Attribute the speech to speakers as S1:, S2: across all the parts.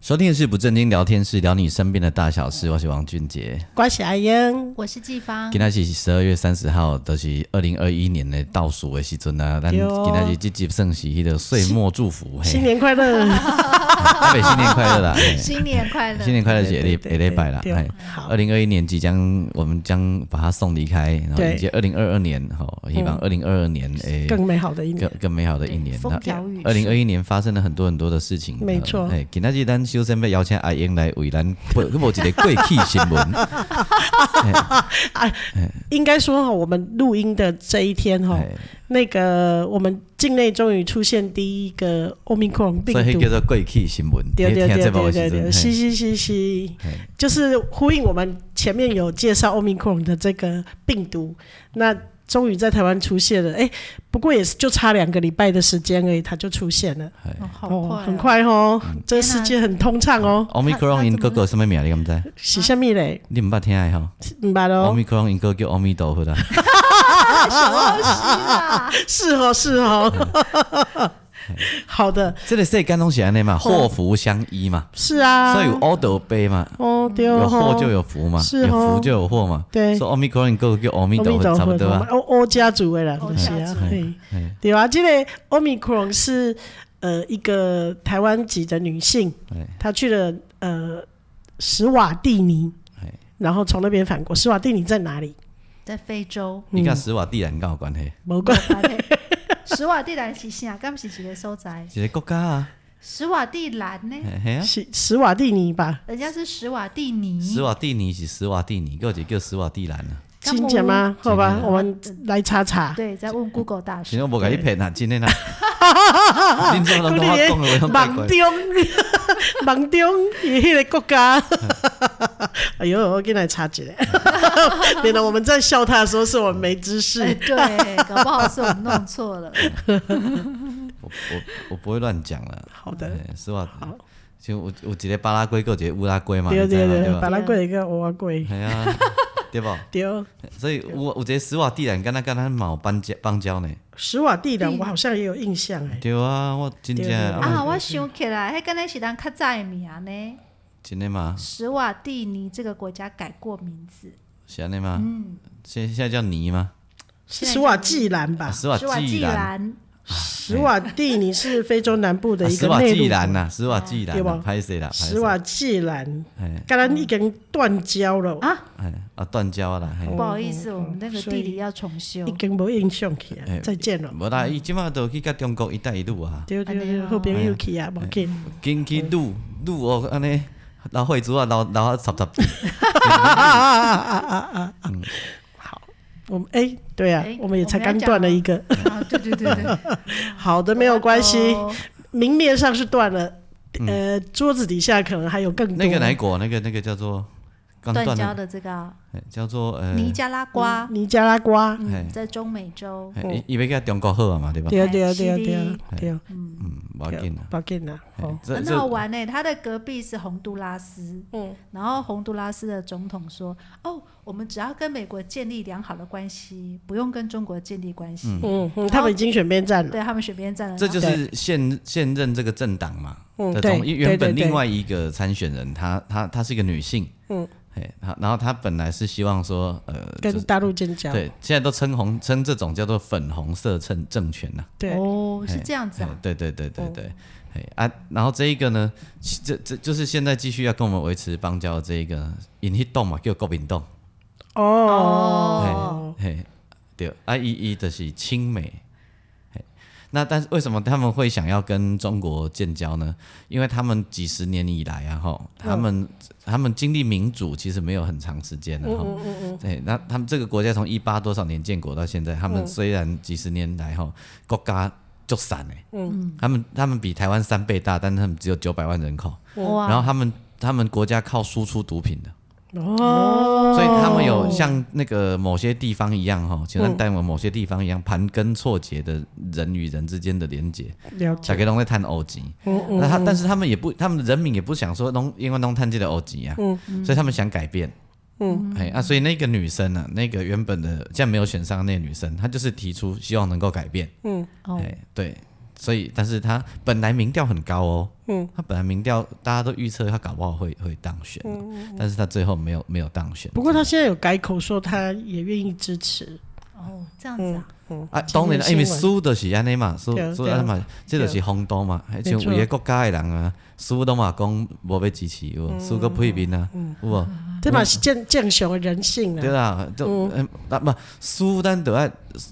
S1: 收听的是不正经聊天室，聊你身边的大小事。我是王俊杰，
S2: 关系阿英，
S3: 我是季芳，
S1: 今天是十二月三十号，就是二零二一年的倒数的时阵啊。咱
S2: 对
S1: 今
S2: 哦
S1: 天是这集算是迄个岁末祝福，嘿
S2: 新年快乐，
S1: 台北新年快乐啦！嘿
S3: 新年快乐！
S1: 新 年快乐，
S2: 对
S1: 也礼
S2: 对
S1: 也礼拜啦。
S2: 对
S1: 哎，
S2: 好
S1: 二零二一年即将，我们将把它送离开，然后
S2: 对嗯
S1: 迎接二零二二年。好，希望二零二二年诶
S2: 更美好的一
S1: 哎更
S2: 年。
S1: 更美好的一年。
S3: 风调雨
S1: 二零
S3: 顺
S1: 二一年发生了很多很多的事情，
S2: 没错
S1: 哎，今仔日咱首先要邀请阿英来为咱 播播一个过去新闻。
S2: 应该说哈，我们录音的这一天哈，
S1: 哎
S2: 那个我们境内终于出现第一个奥密克戎 病
S1: 所以那
S2: 毒。
S1: 叫做过去新闻。
S2: 对
S1: 你
S2: 对
S1: 听
S2: 对
S1: 这部
S2: 对
S1: 的
S2: 对
S1: 时哎
S2: 对，
S1: 阵
S2: 是
S1: 嘿
S2: 是是是
S1: 嘿，
S2: 就是呼应我们前面有介绍奥密克戎的这个病毒，那终于在台湾出现了。哎，不过也是就差两个礼拜的时间而已，它就出现了。
S3: 哦好快、
S2: 哦，很。快哦，
S1: 嗯
S2: 这个世界很通畅哦。
S1: Omicron 因哥哥什么名？你敢不
S3: 嗯
S1: 知？
S2: 是什么嘞？
S1: 你唔捌听的吼
S2: 明白喽？
S1: ？Omicron 因哥叫 Omi 豆腐啦。
S3: 啊
S2: 是哦，是哦。
S1: 嗯
S2: 好的，
S1: 这个世间拢是安尼嘛，祸福相依嘛，
S2: 是啊。
S1: 所以有 order 杯嘛，
S2: 哦，对哦，
S1: 有祸就有福嘛，
S2: 是哦
S1: 有福就有祸嘛。
S2: 对
S1: 说 Omicron 哥哥叫 Omi 豆
S2: 阿弥
S1: 腐
S2: 陀佛
S1: 差不多啊。
S2: 我
S1: 嗯
S2: 我哦家族的啦，
S3: 欧
S2: 就是
S3: 家
S2: 啊
S3: 族，
S2: 嘿
S1: 嘿
S2: 对啊，这个 Omicron 是呃一个台湾籍的女性
S1: 嘿，
S2: 她去了呃史瓦蒂尼
S1: 嘿，
S2: 然后从那边返国。史瓦蒂尼在哪里？
S3: 在非洲，
S1: 你甲斯瓦蒂兰敢有关系？
S2: 某个
S3: 史瓦蒂兰是啥？敢不是一个所在？
S1: 一个国家啊，
S3: 史瓦蒂兰呢？
S1: 嘿嘿啊。
S2: 史史瓦蒂尼吧？
S3: 人家是史瓦蒂尼，
S1: 斯瓦蒂尼是斯瓦蒂尼，还有一个叫斯瓦蒂兰啊。
S3: 敢不
S2: 亲姐？吗？好吧，我们来查查。
S3: 对，在问 Google 大
S1: 其
S3: 师
S1: 实我无甲你骗啊，真 的啦。恁怎拢跟我讲的，我拢怪
S2: 网
S1: 怪。
S2: 中，网中伊迄个国家，
S1: 嗯
S2: 哎呦，我给你来查一下，免得我们在笑他的时候是我们没知
S3: 哎
S2: 识。
S3: 对，搞不好是我们弄错 了。
S1: 我我我不会乱讲啦。
S2: 好的，
S1: 嘿斯瓦就有有一个巴拉圭，还有一个乌拉圭嘛，
S2: 对
S1: 你知
S2: 对
S1: 道
S2: 对，
S1: 对
S2: 巴
S1: 吧？
S2: 拉圭一个娃娃圭，
S1: 系啊，对不？
S2: 对，哦
S1: 所以有有一个斯瓦蒂兰，敢若敢若嘛有邦交邦交呢？
S2: 史瓦蒂兰我好像也有印象哎，
S1: 对啊，我真
S2: 对
S1: 正
S2: 对
S1: 啊
S3: 啊，我想起来，迄敢若是咱较早的名呢。
S1: 真的吗？
S3: 史瓦蒂尼这个国家改过名字，
S1: 是安尼吗？嗯，现现在叫尼吗？啊
S2: 是史瓦济兰吧？
S1: 斯瓦
S3: 史瓦
S1: 季
S3: 季
S1: 兰，
S3: 兰，
S2: 史瓦蒂尼是非洲南部的
S1: 啊
S2: 一
S1: 斯
S2: 个
S1: 瓦
S2: 内
S1: 季
S2: 陆，哎
S1: 兰呐，斯瓦季兰
S2: 对
S1: 啊，
S2: 吧
S1: 拍谁啦？拍
S2: 史瓦济兰，
S1: 哎
S2: 刚刚已经断交了，
S1: 哎啊，断交啊啦，嘿
S3: 不好意思，我们那个
S2: 所以
S3: 地理要重修
S2: 已。经没印象起
S1: 哎
S2: 来，再见了，
S1: 无啦，伊即马都去甲中国一带一路啊，
S2: 嗯对对
S3: 这
S2: 对，
S3: 样哦
S2: 后边又去啊，
S1: 哎
S2: 无见。
S1: 紧去路路哦，安尼老会主啊，老老啊，十十
S2: 啊啊啊啊啊啊！好，我们哎、对啊
S3: 哎，
S2: 我们也才刚断了一个，
S3: 啊，对对对对，
S2: 好的，没有关系，
S3: 哦
S2: 明面上是断了。呃，桌子底下可能还有更多。
S1: 嗯那个哪一国？那个那个叫做刚断
S3: 断交
S1: 的，
S3: 的这个啊
S1: 哎叫做呃，
S3: 尼加拉瓜，
S2: 尼加拉瓜，
S1: 哎
S3: 嗯，在中美洲，
S1: 哎伊伊要甲中国好啊嘛，对吧？
S2: 对啊
S3: 哎
S2: 对啊对啊
S3: 是的
S2: 对啊对啊，
S1: 嗯，无要紧啦。
S2: 不要紧啦。哦，
S1: 这
S3: 很好
S1: 这
S3: 玩呢。它的隔壁是洪都拉斯，
S2: 嗯，
S3: 然后洪都拉斯的总统说：“哦，我们只要跟美国建立良好的关系，不用跟中国建立关系。
S2: 嗯嗯，他们已经选边站了。
S3: 对他们选边站了，
S1: 这就是现现任这个政党嘛
S2: 嗯
S1: 的
S2: 对
S1: 总，因为原
S2: 对
S1: 本
S2: 对对
S1: 另外一个参选人，她她她是一个女性，
S2: 嗯，
S1: 哎，她然后她本来是希望说呃，就
S2: 跟
S1: 是
S2: 大陆建交，
S1: 对，现在都称红称这种叫做粉红色政政权呐。
S2: 对
S3: 哦，
S1: 哎
S3: 是这样子
S1: 哎
S3: 啊，
S1: 对对对对对，哎、啊，然后这一个呢，其这这就是现在继续要跟我们维持邦交的这一个呢，引起动嘛，叫国民党，
S2: 哦，
S1: 哎
S3: 哦
S1: 嘿，对，啊，一一的是亲美。嘿那但是为什么他们会想要跟中国建交呢？因为他们几十年以来啊，哈，他们、他们经历民主其实没有很长时间了哈。对，那他们这个国家从一八多少年建国到现在，他们虽然几十年来哈国家就散哎，嗯，他们他们比台湾三倍大，但他们只有九百万人口，
S3: 哇，
S1: 然后他们他们国家靠输出毒品的，
S2: 哦，嗯
S1: 所以他们有像那个某些地方一样哈，就像台湾某些地方一样，盘根错节的人与人之间的连接，
S2: 了解，
S1: 小给龙在探欧吉，
S2: 嗯
S1: 那他但是他们也不，他们人民也不想说弄，因为弄探这个欧吉啊，
S2: 嗯
S1: 所以他们想改变。嗯，哎啊，所以那个女生啊，那个原本的现在没有选上的那个女生，她就是提出希望能够改变。
S2: 嗯
S3: 哦
S1: 哎，对，所以但是他本来民调很高哦，嗯，他本来民调大家都预测他搞不好会会当选哦、但是他最后没有没有当选。
S2: 嗯不过他现在有改口说他也愿意支持，
S3: 哦，这样子啊，
S1: 啊，当然啦，
S2: 前面
S1: 因为
S2: 新闻
S1: 输就是安尼嘛，输
S2: 对啊
S1: 输
S2: 对啊
S1: 安尼嘛，这就是风度嘛，还像
S2: 没错
S1: 有些国家的人啊，输都嘛讲无要支持有
S2: 嗯
S1: 无，输个批评啊，有无？
S3: 嗯
S2: 对吧？是正正雄的人性
S1: 对
S2: 啊，
S1: 啦，就嗯，那不苏丹得爱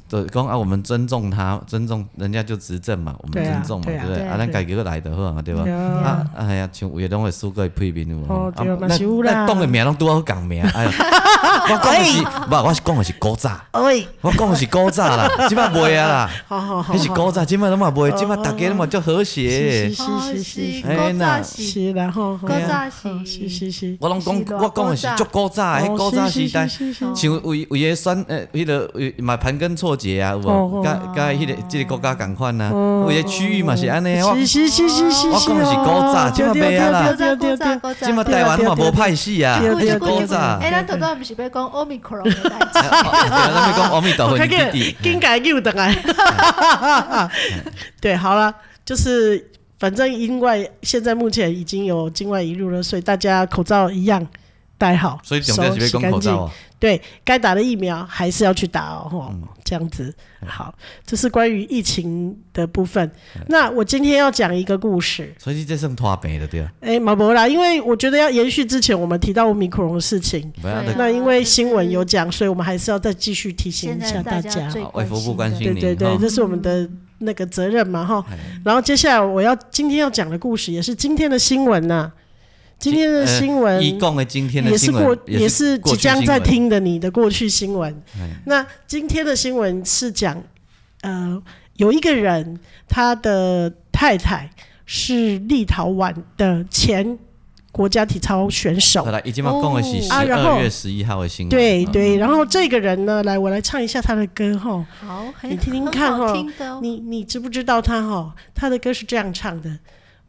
S1: 得讲啊，我们尊重他，尊重人家就执政嘛，我们
S2: 对啊
S1: 尊重嘛，
S2: 对
S1: 对
S2: 啊
S1: 不对？
S3: 对
S1: 啊，咱家己个来就好啊，对吧？
S2: 对
S1: 啊，哎呀，像有的拢会输过批评有无啊
S2: 哦？对嘛
S1: 那
S2: 是有啦
S1: 那党的名拢拄好共 名，哎呀，我讲的是，不，我是讲的是古早，
S2: 哎，
S1: 我讲的是古早啦， 即摆袂啊啦。
S2: 好好好
S1: 迄，是古早，即摆拢嘛袂，即摆大家拢嘛足和谐
S2: 哦是。是
S3: 哦
S2: 是是是
S1: 哎
S3: 古早
S1: 那
S3: 是
S2: 是然后，吼
S3: 古
S2: 好
S3: 早
S2: 好是
S3: 是
S2: 是是，
S1: 我拢讲，
S3: 是
S1: 我讲的是足古早的，迄古早时代，
S2: 哦是是是
S1: 像有有的选呃，迄个有嘛盘根错节啊，有
S2: 哦哦哦
S1: 无？甲甲迄个即个国家共款啊，有的区域嘛是安尼啊。我
S2: 是是是是是，
S1: 我讲的是古早即摆
S2: 哦对
S1: 袂啊啦
S2: 对
S3: 古
S2: 对
S3: 早古
S2: 对
S3: 早
S2: 对
S3: 古早
S1: 即摆台湾嘛无派系啊，
S2: 对
S3: 古
S1: 迄
S2: 对
S1: 是
S2: 对
S1: 古早。
S3: 哎，咱头拄仔毋是要讲 omicron 的代志，
S1: 咱咪讲阿弥陀
S2: 我
S1: 佛，
S2: 看
S1: 哦你
S2: 看
S1: 弟弟。
S2: 应该又等来。 对，好了，就是反正因为现在目前已经有境外移入了，所以大家口罩一样戴好，
S1: 所以
S2: 手
S1: 重点
S2: 洗
S1: 是要讲
S2: 干
S1: 口
S2: 净
S1: 罩。啊。
S2: 对该打的疫苗还是要去打哦，吼这样子。好，这是关于疫情的部分。那我今天要讲一个故事。
S1: 所以你这算拖病的对啊，
S2: 哎，毛博啦，因为我觉得要延续之前我们提到我米克戎的事情，
S1: 不要
S3: 对啊
S2: 那因为新闻有讲，所以我们还是要再继续提醒
S3: 现
S2: 一
S3: 在
S2: 下大
S3: 家
S2: 家。哦
S3: 最
S1: 好卫福部
S3: 关
S1: 关
S3: 心
S1: 心
S3: 的
S2: 对对对，
S1: 哈
S2: 这是我们的那个责任嘛哈。然后接下来我要今天要讲的故事也是今天的新闻呐、今天的新闻
S1: 一共的今天的
S2: 也是
S1: 新
S2: 过
S1: 闻
S2: 也是
S1: 过
S2: 即
S1: 去新
S2: 将
S1: 闻
S2: 在听的你的过去新闻
S1: 哎。
S2: 那今天的新闻是讲，呃，有一个人他的太太是立陶宛的前国家体操选手
S1: 好。了，已经嘛讲的是
S2: 啊
S1: 十
S2: 然后
S1: 二月十一号的新闻。
S2: 对
S1: 嗯
S2: 对，然后这个人呢，来，我来唱一下他的歌哈。
S3: 好，很
S2: 你听听看
S3: 很
S2: 哦
S3: 好听的哦，
S2: 你你知不知道他哈？他的歌是这样唱的：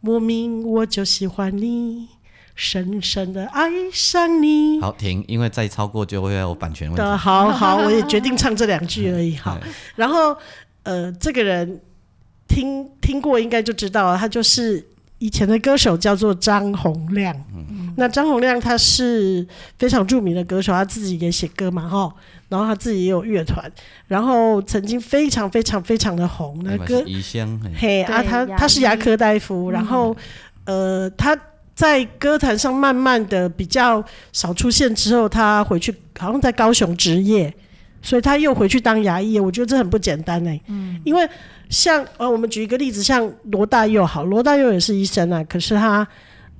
S2: 莫名我就喜欢你，深深的爱上你。
S1: 好停，因为再超过就会有版权问
S2: 的
S1: 题。哎
S2: 好好，我也决定唱这两句而已。啊好，然后呃，这个人听听过应该就知道了，他就是以前的歌手叫做张洪亮。那张洪亮他是非常著名的歌手，他自己也写歌嘛，哈，然后他自己也有乐团，然后曾经非常非常非常的红，那
S1: 那么
S2: 歌
S1: 是医生，哎
S2: 嘿
S1: 嘿
S2: 啊，
S3: 对
S2: 他
S3: 牙
S2: 他是
S3: 医嗯
S2: 牙科大夫，然后呃，他在歌坛上慢慢的比较少出现之后，他回去好像在高雄职业，所以他又回去当牙医，我觉得这很不简单哎、嗯，因为像呃，我们举一个例子，像罗大佑好，罗大佑也是医生啊，可是他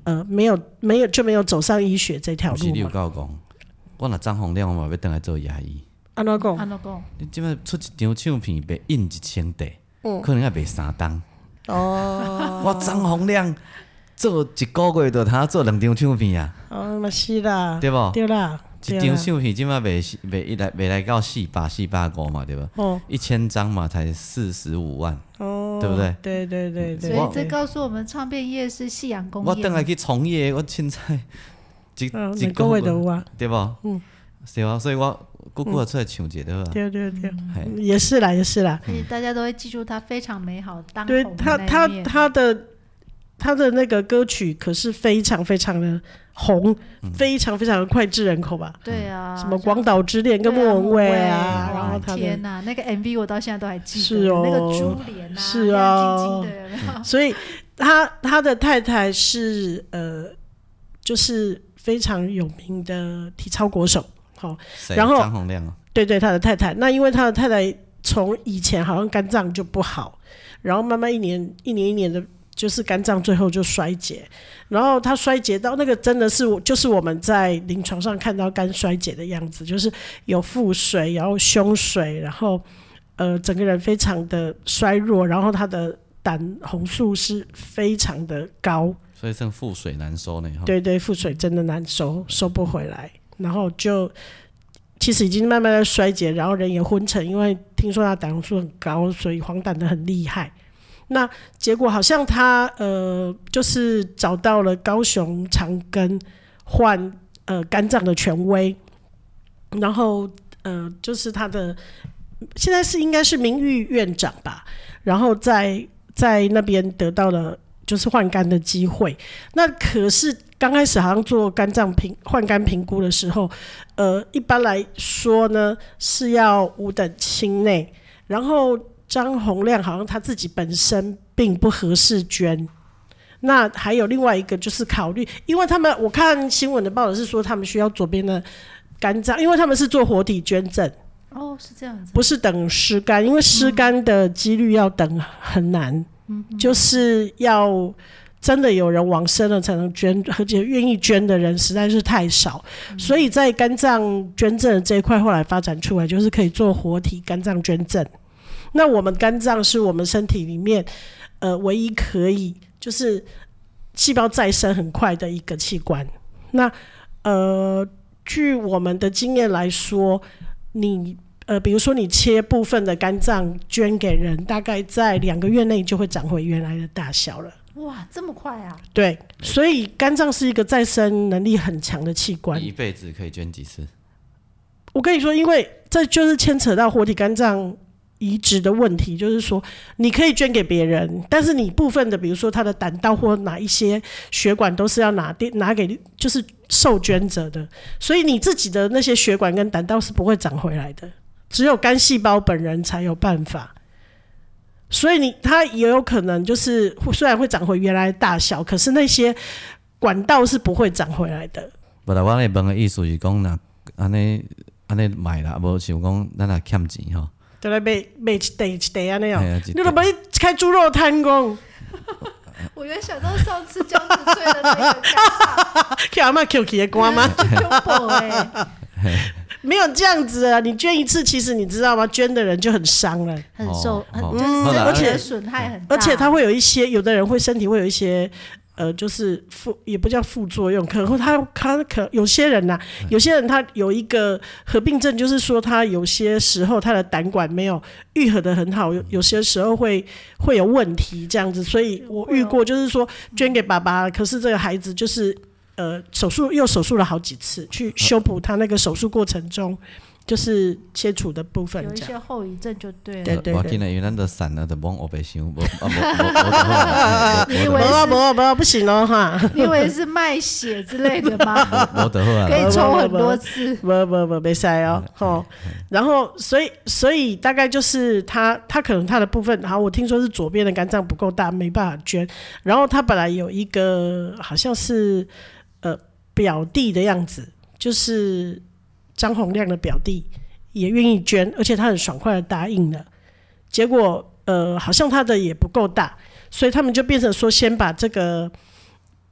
S2: 呃没有没有就没有走上医学这条
S1: 不是
S2: 路
S1: 你有
S2: 嘛。
S1: 跟我讲，我若张洪亮，我嘛要等来做牙医。
S2: 安怎讲？
S3: 安怎讲？
S1: 你即摆出一张唱片，卖印一千块，可能也卖三单。哦， 我张洪亮做一个月就通做两张唱片啊，
S2: 哦，嘛是啦，
S1: 对不？
S2: 对啊啦，对
S1: 一
S2: 啦
S1: 张唱片即摆卖四卖一来卖来到四百四百五嘛，对吧？
S2: 哦
S1: 一千张嘛才四十五万，
S2: 哦，
S1: 对不对？
S2: 对对对
S3: 所
S2: 对，
S3: 以这告诉我们，唱片业是夕阳工业。
S1: 我等下去从业，我凊彩一
S2: 嗯，
S1: 一
S2: 每个月
S1: 月
S2: 都有啊。
S1: 对不？嗯，对啊，所以我久久出来唱一个吧。
S2: 对对对，
S1: 啊嘿
S2: 嗯也是啦，也是啦。
S3: 所以大家都会记住他非常美好当
S2: 对
S3: 红的
S2: 他，
S3: 那
S2: 他
S3: 一面
S2: 他的他的那个歌曲可是非常非常的红，非常非常的脍炙人口吧？
S3: 对啊，
S2: 什么《
S3: 像
S2: 广岛之恋》跟
S3: 对
S2: 莫
S3: 啊
S2: 文蔚啊，
S3: 莫文蔚
S2: 然后他的
S3: 天，哪，那个 MV 我到现在都还记得，
S2: 是哦
S3: 那个珠帘啊，
S2: 是啊
S3: 亮晶晶的有没有
S2: 所以他他的太太是呃，就是非常有名的体操国手。好，
S1: 谁
S2: 然后
S1: 张洪亮啊，
S2: 对对，他的太太。那因为他的太太从以前好像肝脏就不好，然后慢慢一年一年一年的，就是肝脏最后就衰竭。然后他衰竭到那个真的是我，就是我们在临床上看到肝衰竭的样子，就是有腹水，然后胸水，然后。呃整个人非常的衰弱，然后他的胆红素是非常的高，
S1: 所以剩覆水难收呢。哈，
S2: 对对，腹水真的难收，收不回来，然后就其实已经慢慢的衰竭，然后人也昏沉，因为听说他胆红素很高，所以黄疸的很厉害。那结果好像他呃，就是找到了高雄长庚换呃肝脏的权威，然后呃，就是他的现在是应该是名誉院长吧，然后在在那边得到了就是换肝的机会。那可是刚开始好像做肝脏评换肝评估的时候，呃，一般来说呢是要五等亲内，然后张洪亮好像他自己本身并不合适捐。那还有另外一个就是考虑，因为他们我看新闻的报道是说他们需要左边的肝脏，因为他们是做活体捐赠，
S3: 哦，是这样子，
S2: 不是等尸肝，因为尸肝的几率要等很难，就是要真的有人往生了才能捐，而且愿意捐的人实在是太少，所以在肝脏捐赠的这一块，后来发展出来就是可以做活体肝脏捐赠。那我们肝脏是我们身体里面呃唯一可以就是细胞再生很快的一个器官。那呃，据我们的经验来说，你呃，比如说你切部分的肝脏捐给人，大概在两个月内就会长回原来的大小了。
S3: 哇，这么快啊！
S2: 对，所以肝脏是一个再生能力很强的器官
S1: 你。一辈子可以捐几次？
S2: 我跟你说，因为这就是牵扯到活体肝脏移植的问题，就是说你可以捐给别人，但是你部分的，比如说他的胆道或哪一些血管都是要拿定拿给就是受捐者的，所以你自己的那些血管跟胆道是不会长回来的，只有肝细胞本人才有办法。所以你它也有可能就是虽然会长回原来的大小，可是那些管道是不会长回来的。
S1: 本来我咧问的意思是讲，若安尼安尼买啦，无想讲咱若欠钱吼。
S2: 对来每每一地一地安尼哦
S1: 嘿啊，一
S2: 你都不去开猪肉摊工。
S3: 我原想到上次江子翠的那个家
S2: 叫阿妈 Q 起的瓜吗？
S3: 长 jumbo 哎，
S2: 没有这样子啊！你捐一次，其实你知道吗？捐的人就很伤了，
S3: 很受
S1: 哦，
S3: 很
S1: 哦
S3: 就是
S1: 嗯
S3: 身体
S2: 而且
S3: 的损害很大，
S2: 而且他会有一些，有的人会身体会有一些。呃，就是副也不叫副作用，可能会他他可有些人呐、有些人他有一个合并症，就是说他有些时候他的胆管没有愈合的很
S3: 嗯
S2: 好，有有些时候会会有问题这样子，所以我遇过就是说捐给爸爸，可是这个孩子就是呃手术又手术了好几次，去修补他那个手术过程中就是切除的部分
S3: 有一
S2: 这样。
S3: 些后遗症就对
S2: 对
S3: 了。
S1: 我紧的，因为咱都散了，就往后白想，无啊无无
S3: 你以
S2: 不
S3: 为
S2: 要不要不要，不行了哈！
S3: 你以为是卖血之类的 吗？
S1: 无得好啊
S3: 可
S1: 啦。
S3: 以抽很多次，
S2: 不不不，没塞哦，吼。然后，所以所以大概就是他他可能他的部分，然后我听说是左边的肝脏不够大，没办法捐。然后他本来有一个好像是呃表弟的样子，就是张洪亮的表弟也愿意捐，而且他很爽快的答应了。结果呃好像他的也不够大，所以他们就变成说先把这个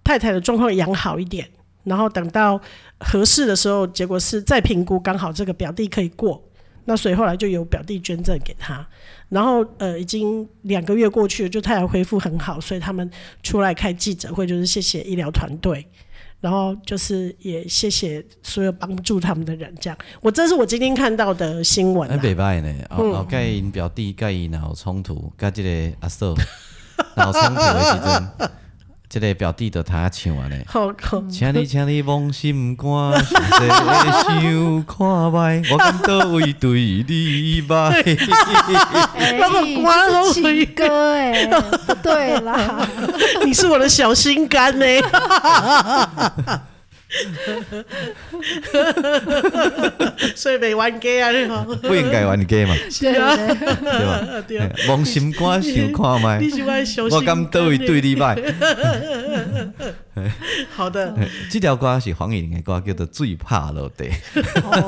S2: 太太的状况养好一点，然后等到。合适的时候，结果是再评估，刚好这个表弟可以过，那所以后来就由表弟捐赠给他。然后呃，已经两个月过去了，就太阳恢复很好，所以他们出来开记者会，就是谢谢医疗团队，然后就是也谢谢所有帮助他们的人。这样，我这是我今天看到的新闻、
S1: 哎，
S2: 啊。
S1: 袂歹呢。后后盖因表弟盖伊若有冲突，甲即个阿嫂若有冲突的时阵，即个表弟就他唱安尼。
S2: 好，好
S1: 请你，请你往心肝，想一想看觅，我感到位对你歹。
S3: 哎
S2: 那个瓜
S3: 这
S2: 都
S3: 是
S2: 会
S3: 情歌哎，不对啦，
S2: 你是我的小心肝呢、 所以没玩 gay 啊，你好。
S1: 不应该冤家嘛，
S3: 对对对
S1: 对吧？
S2: 啊， 对啊，
S1: 嘿往心肝想看
S2: 你
S1: 觅，
S2: 喜欢小心
S1: 我感到位对你歹。
S2: 好的，
S1: 嘿这条歌是黄以玲的歌，叫做《最怕落地》。
S3: 哦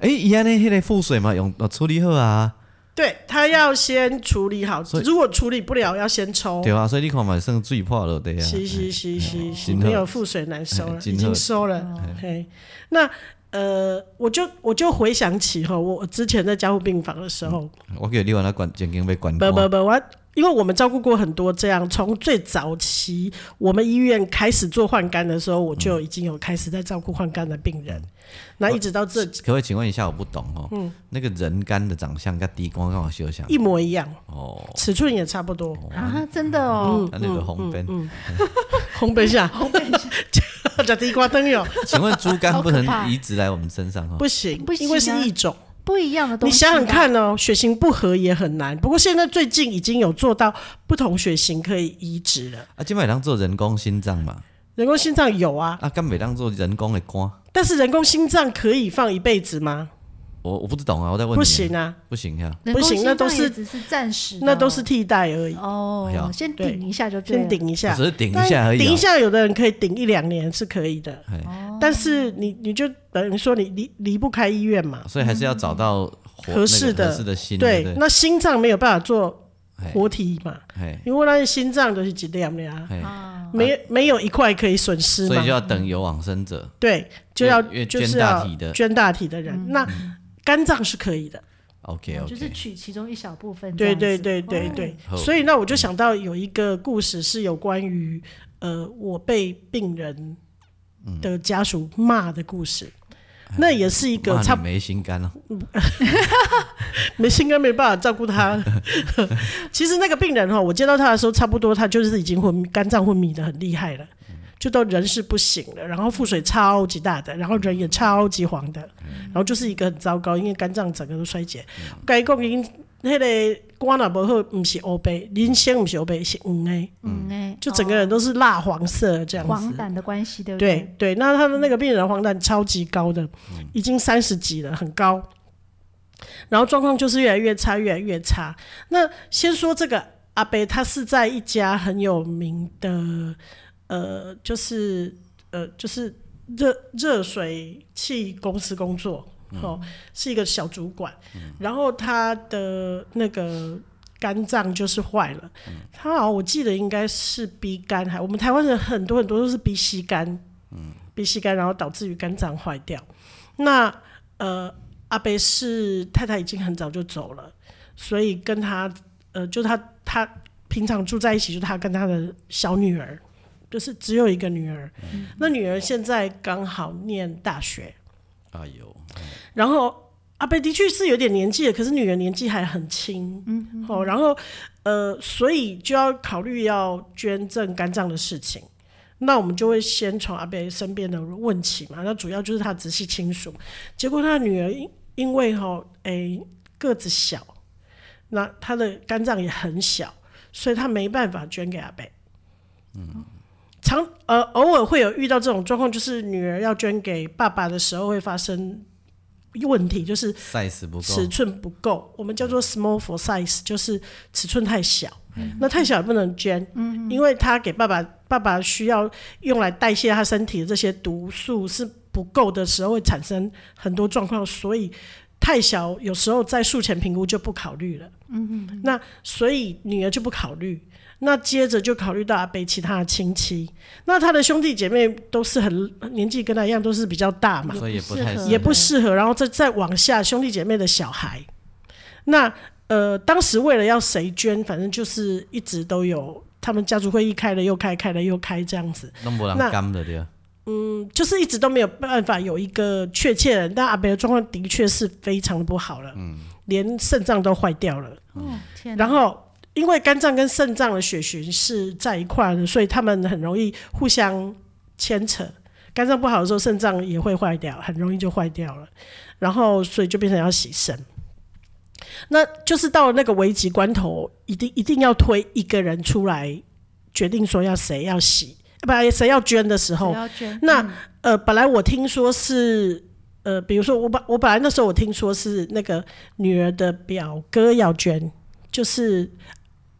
S1: 诶，伊安尼迄个腹水嘛，用处理好啊，
S2: 对他要先处理好
S1: 所，以
S2: 如果处理不了，要先抽。
S1: 对啊，所以你看嘛，算最怕落地啊。
S2: 哦是是是是是，
S1: 真好
S2: 没有覆水难收了，
S1: 哎真
S2: 已
S1: 好
S2: 经收了。嘿，那呃，我就我就回想起哈，我之前在加护病房的时候，
S1: 我给另外那管监禁被关
S2: 不不
S1: 过，
S2: 不，我因为我们照顾过很多这样，从最早期我们医院开始做换肝的时候，我就已经有开始在照顾换肝的病
S3: 嗯
S2: 人，那一直到
S3: 哦
S2: 这
S1: 可不可以请问一下，我不懂哦，那个人肝的长相跟低光刚好相像
S2: 嗯一模一样，
S1: 哦，
S2: 尺寸也差不多，
S3: 啊，真的
S2: 嗯
S3: 哦，
S1: 那那个红边，
S2: 烘焙下，烘 焙下，加地瓜灯
S3: 哦
S2: 哟，
S1: 请问猪肝 不
S3: 好可怕
S1: 能移植来我们身上哦？
S2: 不行，
S3: 不行啊
S2: 因为是异种。
S3: 不一样的
S2: 嗯
S3: 东
S2: 你
S3: 西。啊
S2: 想想，看哦，血型不合也很难。不过现在最近已经有做到不同血型可以移植了，
S1: 啊，今麦当做人工心脏嘛，
S2: 人工心脏有啊，
S1: 啊，干每当做人工的肝，
S3: 哦
S2: 但是人工心脏可以放一辈子吗？
S1: 我我不懂啊，我在问你，
S2: 不，行啊，
S1: 不行呀，
S3: 人工
S2: 不行
S3: 心
S2: 那都
S3: 脏也
S2: 是
S3: 只是暂时的哦，
S2: 那都是替代而已。
S1: 哎呀
S3: 哦，先
S2: 对
S3: 顶一下就对啊
S2: 先
S3: 了。
S2: 顶一下，
S1: 只是顶一下而已啊
S2: 顶一下，有的人可以顶一两年是可以的，
S1: 哎，
S2: 但是你你就等于说你离离不开医院嘛。
S1: 所以还是要找到活
S2: 合适
S1: 那个
S2: 的
S1: 合适的心，对
S2: 对
S1: 不，对，
S2: 那心脏没有办法做
S1: 哎
S2: 活体嘛，
S1: 哎
S2: 因为那些心脏就是几量的啊，
S1: 哎，
S2: 没没有一块可以损失
S1: 所
S2: 嘛
S1: 以就。要等有往生者，
S2: 对，就要
S1: 越越
S2: 就是
S1: 捐大
S2: 要
S1: 体的嗯
S2: 捐大体的人，那肝脏是可以的。
S1: OK
S3: 哦
S2: 嗯
S3: 就
S1: OK，
S3: 是取其中一小部分这
S2: 对
S3: 样子。
S2: 对对对
S3: 哦
S2: 对，
S1: 好
S2: 所以那我就想到有一个故事是有关于呃我被病人
S1: 嗯
S2: 的家属骂的故事，那也是一个
S1: 骂
S2: 差
S1: 你
S2: 不
S1: 没心肝了，
S2: 没心肝没办法照顾他。其实那个病人哈，我接到他的时候，差不多他就是已经昏迷肝脏昏迷的很厉害了。就都人是不醒了，然后腹水超级大的，然后人也超级黄的，然后就是一个很糟糕，因为肝脏整个都衰竭。该讲因迄个肝若无好，不是黑白，人生不是黑白，是黄的，
S3: 嗯哎，
S2: 就整个人都是蜡黄色这样子。
S3: 黄疸的关系，对不对？嗯
S2: 对对，那他的那个病人的黄疸超级高的，已经三十几了，很高。然后状况就是越来越差，越来越差。那先说这个阿北，他是在一家很有名的，呃，就是呃，就是热热水器公司工作，哦，是一个小主管。然后他的那个肝脏就是坏了，他好像我记得应该是 B 肝，还我们台湾人很多很多都是 B C 肝，嗯，B C 肝，然后导致于肝脏坏掉。那呃，阿贝是太太已经很早就走了，所以跟他呃，就他他平常住在一起，就他跟他的小女儿，就是只有一个女儿，那女儿现在刚好念大学，
S1: 哎呦，
S2: 然后阿贝的确是有点年纪了，可是女儿年纪还很轻，嗯，哦，然后呃，所以就要考虑要捐赠肝脏的事情。那我们就会先从阿贝身边的问起嘛，那主要就是他直系亲属。结果他的女儿因因为哈、诶、个子小，那他的肝脏也很小，所以他没办法捐给阿贝。嗯常呃偶尔会有遇到这种状况，就是女儿要捐给爸爸的时候会发生问题，就是
S1: ，size 不
S2: 尺
S1: 够，
S2: 寸不够，我们叫做 small for size，就是尺寸太小。
S1: 嗯
S2: 那太小也不能捐，因为他给爸爸，爸爸需要用来代谢他身体的这些毒素是不够的时候，会产生很多状况，所以太小有时候在术前评估就不考虑了。嗯那所以女儿就不考虑，那接着就考虑到阿北其他的亲戚，那他的兄弟姐妹都是很年纪跟他一样，都是比较大嘛，
S1: 所以也不
S3: 也不
S1: 太
S3: 适合
S2: 也不适合，然后再再往下兄弟姐妹的小孩。那呃，当时为了要谁捐，反正就是一直都有，他们家族会议开了又开，开了又开这样子，
S1: 弄不人
S2: 那
S1: 干的对吧，
S2: 嗯，就是一直都没有办法有一个确切的。但阿北的状况的确是非常的不好了，连肾脏都坏掉了。
S3: 哦，天哪，
S2: 然后因为肝脏跟肾脏的血循是在一块的，所以他们很容易互相牵扯。肝脏不好的时候，肾脏也会坏掉，很容易就坏掉了。然后，所以就变成要洗肾。那就是到了那个危急关头，一定一定要推一个人出来决定说要谁要洗，呃不谁要捐的时候
S3: 只，要捐
S2: 哦那
S3: 嗯
S2: 呃，本来我听说是，呃，比如说我本我本来那时候我听说是那个女儿的表哥要捐，就是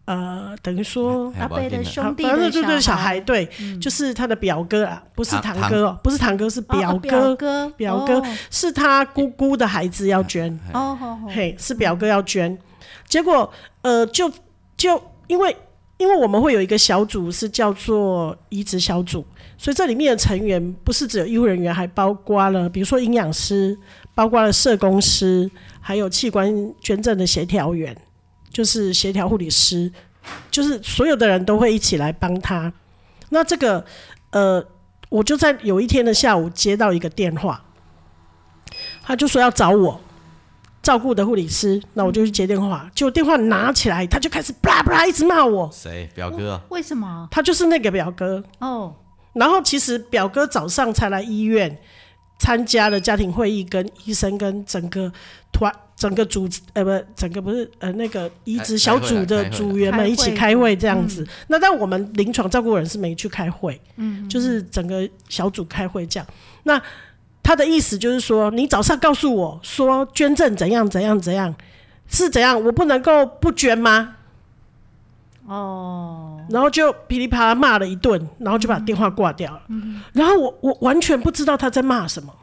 S2: 呃，等于说
S1: 哎
S3: 阿贝的
S1: 不要紧啊
S2: 啊
S3: 兄弟
S2: 反正
S3: 的
S2: 就对小
S3: 小嗯
S2: 孩，对，就是他的表哥啊，不是
S1: 堂
S2: 堂
S1: 堂
S2: 哥哦，不是堂哥，是
S3: 哦
S2: 表哥，
S3: 哦表哥
S2: 表哥是他姑姑的孩子要捐，
S3: 哦哦，哦哦
S2: 嘿，是表哥要捐，结果呃，就就因为因为我们会有一个小组是叫做移植小组，所以这里面的成员不是只有医护人员，还包括了比如说营养师，包括了社工师，还有器官捐赠的协调员，就是协调护理师，就是所有的人都会一起来帮他。那这个呃，我就在有一天的下午接到一个电话，他就说要找我。照顾的护理师，那我就去接电话，就电话拿起来，他就开始巴拉巴拉一直骂我，
S1: 谁表哥啊？
S3: 为什么？
S2: 他就是那个表哥。
S3: 哦，
S2: 然后其实表哥早上才来医院参加了家庭会议，跟医生跟整个团、整个组呃不整个不是呃那个移植小组的组员们一起开嗯会这样子。那但我们临床照顾人是没去开会，嗯，就是整个小组开会这样。那他的意思就是说，你早上告诉我说捐赠怎样怎样怎样是怎样，我不能够不捐吗？
S3: 哦
S2: 然后就噼里啪啦骂了一顿，然后就把电话挂掉了。
S3: 嗯
S2: 然后我我完全不知道他在骂什么，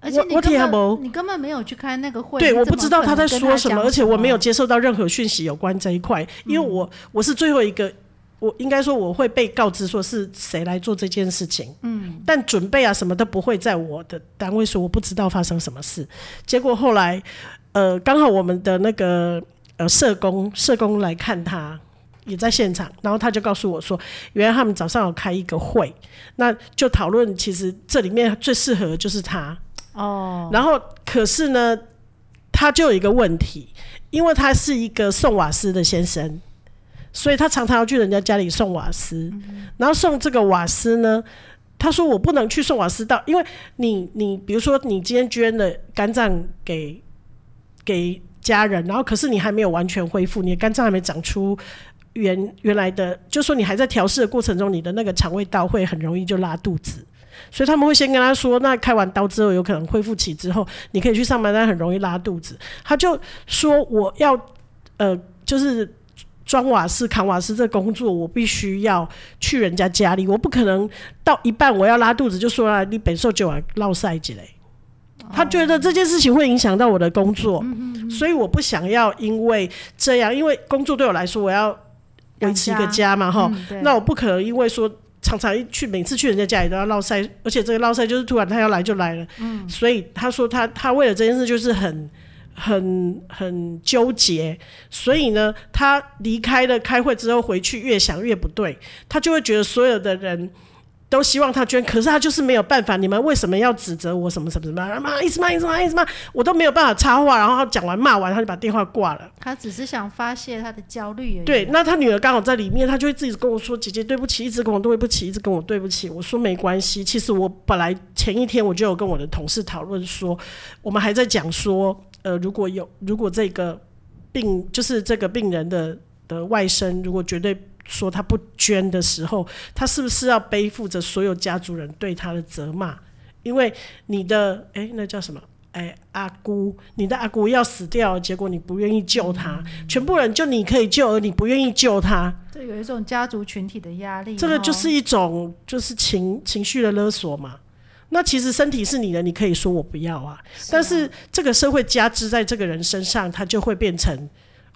S3: 而且
S2: 我
S3: 你
S2: 我
S3: 根
S2: 听不
S3: 本你根本没有去开那个会，
S2: 对，
S3: 你
S2: 我
S3: 怎
S2: 不
S3: 么
S2: 知道
S3: 可
S2: 他在
S3: 能跟
S2: 说什
S3: 讲
S2: 么，而且我没有
S3: 什嗯
S2: 接受到任何讯息有关这一块，因为我我是最后一个，我应该说我会被告知说是谁来做这件事情，嗯，但准备啊什么都不会在我的单位说，我不知道发生什么事。结果后来，呃，刚好我们的那个呃社工社工来看他。也在现场，然后他就告诉我说，原来他们早上有开一个会，那就讨论，其实这里面最适合的就是他，
S3: 么哦，
S2: 然后可是呢，他就有一个问题，因为他是一个送瓦斯的先生，所以他常常要去人家家里送瓦斯，然后送这个瓦斯呢。他说：“我不能去送瓦斯到，因为你，你比如说，你今天捐了肝脏给给家人，然后可是你还没有完全恢复，你的肝脏还没长出原原来的，就说你还在调试的过程中，你的那个肠胃道会很容易就拉肚子。所以他们会先跟他说，那开完刀之后有可能恢复期之后，你可以去上班，但很容易拉肚子。他就说我要呃，就是装瓦斯、扛瓦斯这工作，我必须要去人家家里，我不可能到一半我要拉肚子就说啊，你本受就来落塞之类。他觉得这件事情会影响到我的工作，所以我不想要因为这样，因为工作对我来说，我要维持一个
S3: 养
S2: 家嘛，哈、
S3: 嗯对
S2: 那我不可能因为说常常一去每次去人家家里都要落塞，而且这个落塞就是突然他要来就来了，所以他说他他为了这件事就是很很很纠结，所以呢，他离开了开会之后回去越想越不对，他就会觉得所有的人。都希望他捐，可是他就是没有办法。你们为什么要指责我什么什么什么？啊妈，一直骂，一直骂，一直骂，我都没有办法插话。然后他讲完骂完，他就把电话挂了。
S3: 他只是想发泄他的焦虑而已。啊
S2: 对，那他女儿刚好在里面，他就会自己跟我说：“姐姐，对不起，一直跟我对不起，一直跟我对不起。”我说：“没关系，其实我本来前一天我就有跟我的同事讨论说，我们还在讲说，呃，如果有如果这个病就是这个病人的的外甥，如果绝对说他不捐的时候，他是不是要背负着所有家族人对他的责骂？因为你的哎、那叫什么？哎、阿姑，你的阿姑要死掉了，结果你不愿意救她，全部人就你可以救，而你不愿意救她，
S3: 这有一种家族群体的压力哦，
S2: 这个就是一种就是情情绪的勒索嘛。那其实身体是你的，你可以说我不要啊，但是这个社会加之在这个人身上，他就会变成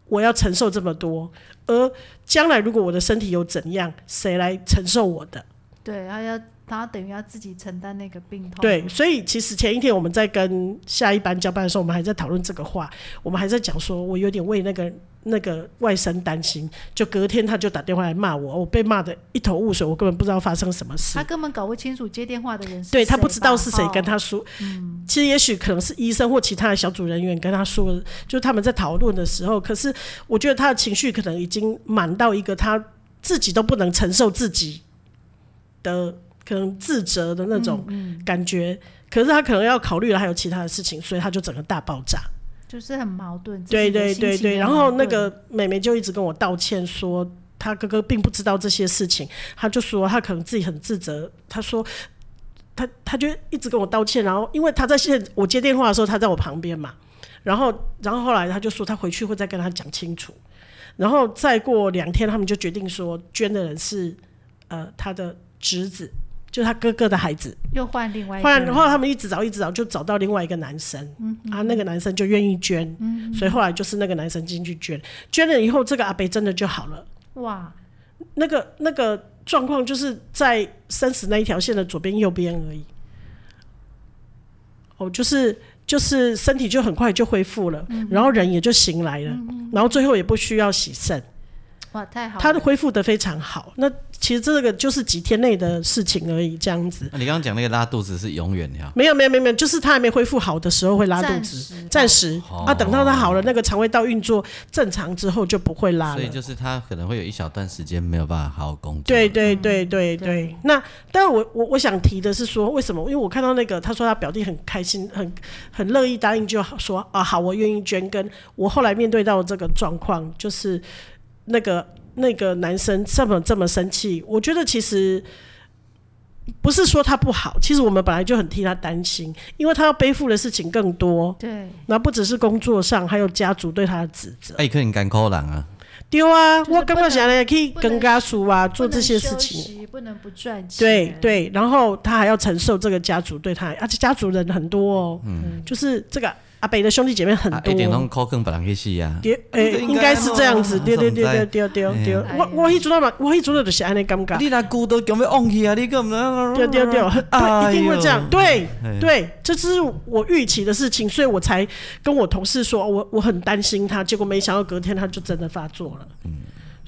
S2: 我要承受这么多，而将来如果我的身体有怎样，谁来承受我的？
S3: 对，他要他等于要自己承担那个病痛。
S2: 对，所以其实前一天我们在跟下一班交班的时候，我们还在讨论这个话，我们还在讲说，我有点为那个那个外甥担心。就隔天他就打电话来骂我，我被骂的一头雾水，我根本不知道发生什么事
S3: 他。根本搞不清楚接电话的人是
S2: 对他
S3: 谁
S2: 不知道
S3: 吧哦嗯
S2: 是谁跟他说，其实也许可能是医生或其他的小组人员跟他说，就是他们在讨论的时候，可是我觉得他的情绪可能已经满到一个他自己都不能承受自己的可能自责的那
S3: 嗯
S2: 种感觉，可是他可能要考虑了还有其他的事情，所以他就整个大爆炸。
S3: 就是很矛盾。自
S2: 对
S3: 己的
S2: 对
S3: 心
S2: 对
S3: 情啊
S2: 对，
S3: 也
S2: 然
S3: 很
S2: 后
S3: 矛
S2: 那
S3: 盾
S2: 个妹妹就一直跟我道歉说，她哥哥并不知道这些事情，她就说她可能自己很自责，她说。她她就一直跟我道歉，然后因为她在现我接电话的时候，她在我旁边嘛，然后然后后来她就说她回去会再跟她讲清楚，然后再过两天他们就决定说捐的人是呃她的侄子，就是她哥哥的孩子，
S3: 又换另外一
S2: 后来，
S3: 个嗯
S2: 然后他们一直找，一直找，就找到另外一个男生，啊，那个男生就愿意捐，所以后来就是那个男生进去捐，捐了以后，这个阿北真的就好了，
S3: 哇，
S2: 那个那个状况就是在生死那一条线的左边右边而已。哦，就是就是身体就很快就恢复了，
S3: 嗯
S2: 然后人也就醒来了，然后最后也不需要洗肾，
S3: 哇，太嗯好了！
S2: 他的恢复的非常好。那其实这个就是几天内的事情而已，这样子。
S1: 那你刚刚讲那个拉肚子是永远的啊，
S2: 没有没有没有没有，就是他还没恢复好的时候会拉肚子，
S3: 子
S2: 暂时、
S1: 哦
S2: 啊，等到他好了，那个肠胃道运作正常之后就不会拉
S1: 所
S2: 了
S1: 以。就是他可能会有一小段时间没有办法好好工作。
S2: 对对对对
S3: 嗯对
S2: 对，那但我我我想提的是说，为什么？因为我看到那个他说他表弟很开心，很很乐意答应，就好说啊好，我愿意捐。跟我后来面对到这个状况，就是那个那个男生这么这么生气，我觉得其实不是说他不好，其实我们本来就很替他担心，因为他要背负的事情更多。
S3: 对，
S2: 那不只是工作上，还有家族对他的指责。
S1: 哎，可能干扣人啊，
S2: 对啊，
S3: 就是
S2: 我刚刚想来可以
S3: 不能
S2: 跟家属啊
S3: 不
S2: 做这
S3: 能
S2: 些事
S3: 休
S2: 情。
S3: 息，不能不赚钱，
S2: 对，对，然后他还要承受这个家族对他，而且家族人很多哦，就是这个阿北的兄弟姐妹很
S1: 嗯啊，
S2: 多
S1: 一，点拢扣更别人去死啊。
S2: 对，诶，
S1: 这个应
S2: 应该
S1: 该
S2: 是这样子，
S1: 哦
S2: 对对对
S1: 这
S2: 对
S1: 样
S2: 对对对，
S3: 哎
S2: 我我迄阵嘛，我迄阵就是安尼感觉，
S1: 啊你那骨都强要忘去啊！你干嘛？
S2: 对对 对，
S1: 哎嗯
S2: 对，一定会这样，对对，这是我预期的事情，所以我才跟我同事说，哦我我很担心他，结果没想到隔天他就真的发作了。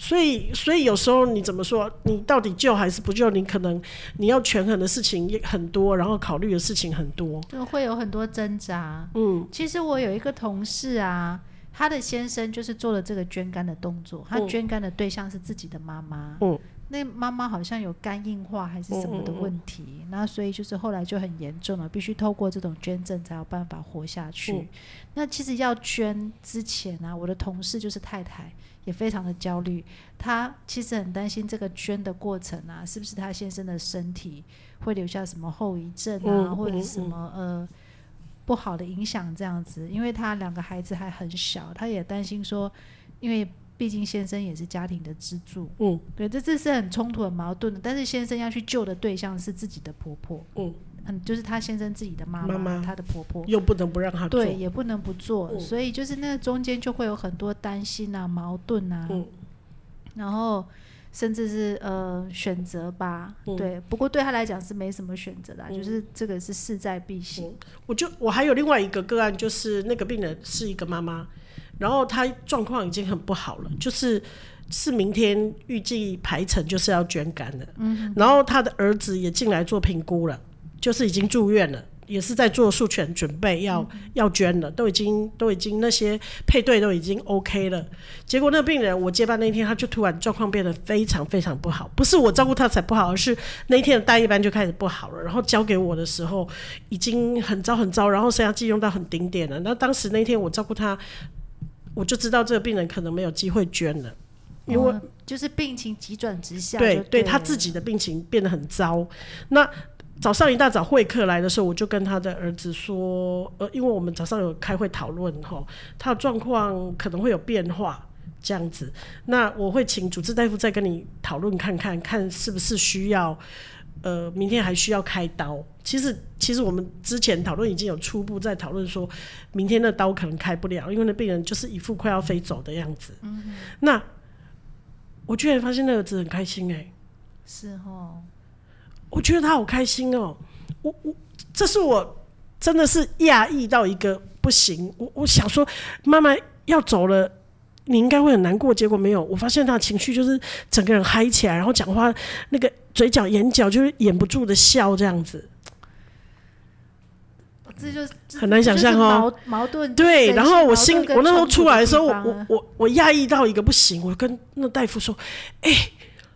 S2: 所以，所以有时候你怎么说，你到底救还是不救？你可能你要权衡的事情也很多，然后考虑的事情很多。
S3: 就会有很多挣扎。
S2: 嗯，
S3: 其实我有一个同事啊，他的先生就是做了这个捐肝的动作，他
S2: 嗯
S3: 捐肝的对象是自己的妈妈。
S2: 嗯，
S3: 那妈妈好像有肝硬化还是什么的问题，
S2: 嗯
S3: 那所以就是后来就很严重了，必须透过这种捐赠才有办法活下去。
S2: 嗯
S3: 那其实要捐之前啊，我的同事就是太太。也非常的焦虑，她其实很担心这个捐的过程啊，是不是她先生的身体会留下什么后遗症啊，
S2: 嗯
S3: 或者
S2: 嗯
S3: 是什
S2: 嗯
S3: 么呃不好的影响这样子，因为他两个孩子还很小，他也担心说，因为毕竟先生也是家庭的支柱，
S2: 嗯
S3: 对，这这是很冲突、很矛盾的。但是先生要去救的对象是自己的婆婆，
S2: 嗯，
S3: 嗯，就是他先生自己的妈
S2: 妈妈
S3: 他的婆婆，
S2: 又不能不让他做。
S3: 对，也不能不做，
S2: 嗯
S3: 所以就是那中间就会有很多担心啊、矛盾啊，
S2: 嗯
S3: 然后甚至是呃选择吧，
S2: 嗯
S3: 对。不过对他来讲是没什么选择的啊、
S2: 嗯
S3: 就是这个是势在必行。
S2: 我就我还有另外一个个案，就是那个病人是一个妈妈，然后她状况已经很不好了，就是是明天预计排程就是要捐肝的，嗯，然后她的儿子也进来做评估了，就是已经住院了。也是在做术前准备要、要捐了，都已经都已经那些配对都已经 OK 了，结果那个病人我接班那天他就突然状况变得非常非常不好，不是我照顾他才不好，而是那一天的大夜班就开始不好了，然后交给我的时候，已经很糟很糟，然后升压剂用到很顶点了。那当时那天我照顾他，我就知道这个病人可能没有机会捐了，因为、
S3: 哦就是病情急转直下就
S2: 对
S3: 对
S2: 对
S3: 了
S2: 他自己的病情变得很糟。那早上一大早会客来的时候，我就跟他的儿子说，呃，因为我们早上有开会讨论哈，他的状况可能会有变化。这样子，那我会请主治大夫再跟你讨论看看，看是不是需要，呃，明天还需要开刀。其实，其实我们之前讨论已经有初步在讨论说，明天的刀可能开不了，因为那病人就是一副快要飞走的样子。
S3: 嗯
S2: 那我居然发现那儿子很开心哎、
S3: 是哦，
S2: 我觉得他好开心哦、我我这是我真的是讶异到一个不行，我我想说妈妈要走了。你应该会很难过，结果没有。我发现他的情绪就是整个人嗨起来，然后讲话那个嘴角、眼角就是掩不住的笑，这样子。
S3: 这就是这
S2: 很难想象哦
S3: 就是矛矛盾
S2: 对，
S3: 整
S2: 然
S3: 齐
S2: 后我
S3: 矛
S2: 心
S3: 盾，跟
S2: 我那时候
S3: 冲突
S2: 出来的时候，我
S3: 地方
S2: 我
S3: 啊
S2: 我我压抑到一个不行，我跟那大夫说：“哎、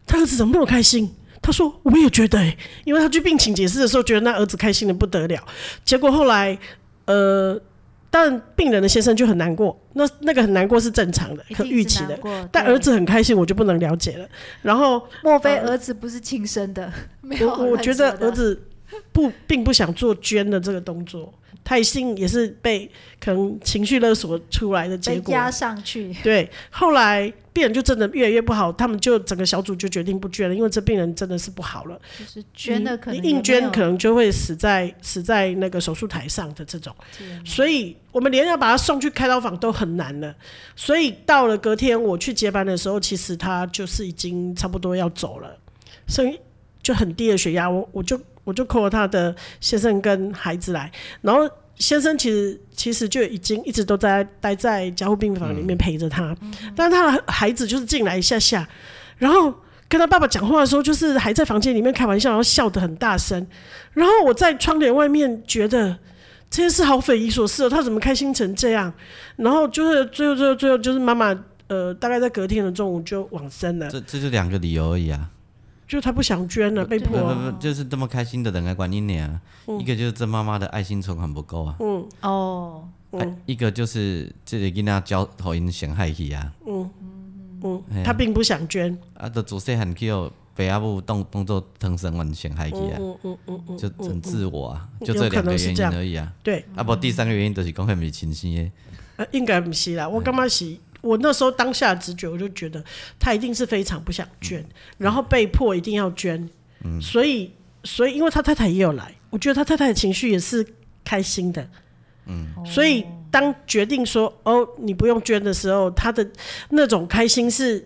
S2: 他儿子怎么那么开心？”他说：“我也觉得、哎，因为他去病情解释的时候，觉得那儿子开心的不得了。结果后来，呃，但病人的先生就很难过，那那个很难过是正常的，
S3: 一
S2: 可
S3: 定
S2: 预
S3: 是
S2: 期
S3: 难
S2: 的。
S3: 过
S2: 但
S3: 对
S2: 儿子很开心，我就不能了解了。然后
S3: 莫非
S2: 呃
S3: 儿子不是亲生的？ 没有，
S2: 我我
S3: 乱
S2: 觉
S3: 说
S2: 得
S3: 的
S2: 儿子不并不想做捐的这个动作，他一定也是被可能情绪勒索出来的结
S3: 被
S2: 果。
S3: 压上去，
S2: 对，后来病人就真的越来越不好，他们就整个小组就决定不捐了，因为这病人真的是不好了。
S3: 就是捐的可能
S2: 你
S3: 也
S2: 你
S3: 没
S2: 硬捐
S3: 有
S2: 可能就会死在死在那个手术台上的这种，
S3: 天
S2: 所以我们连要把他送去开刀房都很难了。所以到了隔天我去接班的时候，其实他就是已经差不多要走了，所以就很低的血压，我我就我就 call 了他的先生跟孩子来，然后。先生其实其实就已经一直都在待在加护病房里面陪着他，但是他的孩子就是进来一下下，然后跟他爸爸讲话的时候，就是还在房间里面开玩笑，然后笑得很大声。然后我在窗帘外面觉得这件事好匪夷所思哦，他怎么开心成这样？然后就是最后最后最后就是妈妈呃，大概在隔天的中午就往生了，
S1: 这这就两个理由而已啊，
S2: 就他不想捐了，被
S1: 不不
S2: 迫。
S1: 不，就是这么开心的人来管你俩、啊，
S2: 嗯
S1: 一个就是这妈妈的爱心存款不够啊，
S3: 哦，
S2: 嗯
S1: 啊一个就是这个囡仔交头因陷害去啊，
S2: 嗯，他并不想捐，
S1: 啊，都自细汉去哦，被阿母当当做疼生完陷害去啊，
S2: 嗯
S1: 就很自我啊，就这两个原因而已啊。
S2: 对，
S1: 啊不，第三个原因就是讲很没亲生的，
S2: 呃，应该不是啦。我干嘛洗？我那时候当下直觉，我就觉得他一定是非常不想捐，然后被迫一定要捐。所以，所以因为他太太也有来，我觉得他太太的情绪也是开心的。
S3: 哦
S2: 所以当决定说哦你不用捐的时候，他的那种开心是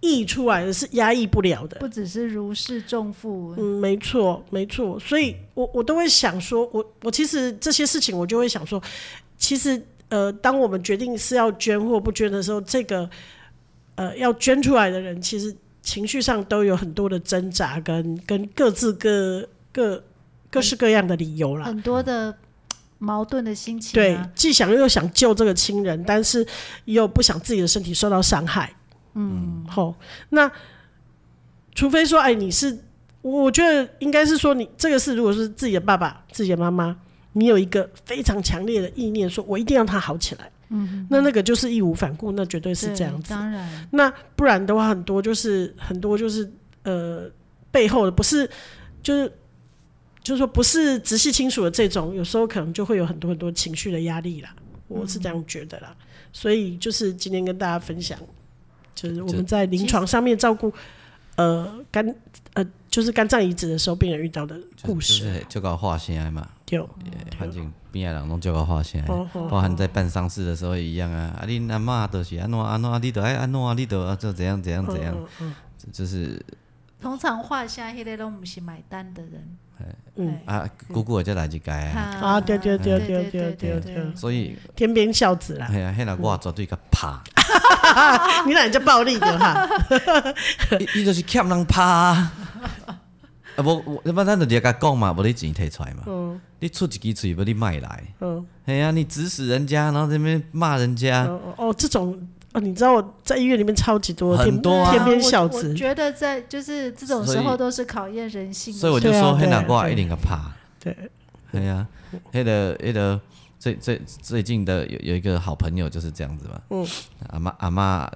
S2: 溢出来的，是压抑不了的。
S3: 不只是如释重负，
S2: 嗯，没错，没错。所以我我都会想说，我我其实这些事情，我就会想说，其实呃，当我们决定是要捐或不捐的时候，这个呃要捐出来的人，其实情绪上都有很多的挣扎跟跟各自各各各式各样的理由啦。
S3: 很多的矛盾的心情
S2: 对
S3: 嗯啊，，
S2: 既想又想救这个亲人，但是又不想自己的身体受到伤害。嗯，吼，那除非说，哎，你是，我我觉得应该是说你，这个是如果是自己的爸爸、自己的妈妈，你有一个非常强烈的意念，说我一定让他好起来。嗯，那那个就是义无反顾，那绝对是
S3: 对
S2: 这样子。
S3: 当然，
S2: 那不然的话，很多就是很多就是呃背后的不是就是就是说不是直系亲属的这种，有时候可能就会有很多很多情绪的压力啦，我是这样觉得啦。所以就是今天跟大家分享，就是我们在临床上面照顾呃肝呃就是肝脏移植的时候，病人遇到的
S1: 就
S2: 故
S1: 就
S2: 事
S1: 是就搞画线嘛，
S2: 有。
S1: 环境边啊人拢就搞画线，
S2: 哦哦
S1: 包含在办丧事的时候也一样啊，啊你阿嬷都是安怎安怎，你都爱安怎，你都啊就怎样怎样怎样，
S2: 嗯哦
S1: 这就是
S3: 通常画下迄个拢不是买单的人，
S2: 嗯
S3: 哎
S1: 啊姑姑再来一届啊，
S2: 啊，对对对对对对对
S1: 所以
S2: 天边孝子啦，
S1: 嘿啊，迄个我绝对甲拍，
S2: 你哪叫暴力的哈？
S1: 伊伊就是欠人拍啊。啊，无，我要不咱就直接甲讲嘛，无你钱摕出来嘛。
S2: 嗯
S1: 你出一支嘴，无你卖来。
S2: 嗯。
S1: 嘿啊，你指使人家，然后在那边骂人家，
S2: 哦哦，这种哦，你知道我在医院里面超级多
S1: 很
S2: 天
S1: 多啊
S2: 天边
S3: 我
S2: 孝
S3: 我
S2: 子，
S3: 觉得在就是这种时
S1: 所以
S3: 候都是考验人性的，
S1: 所以我就说，
S2: 对啊
S1: 嘿那
S2: 对
S1: 我
S2: 对
S1: 一定甲拍。
S2: 对，
S1: 对啊，那个那个最最最近的有有一个好朋友就是这样子嘛，
S2: 嗯
S1: 阿妈阿妈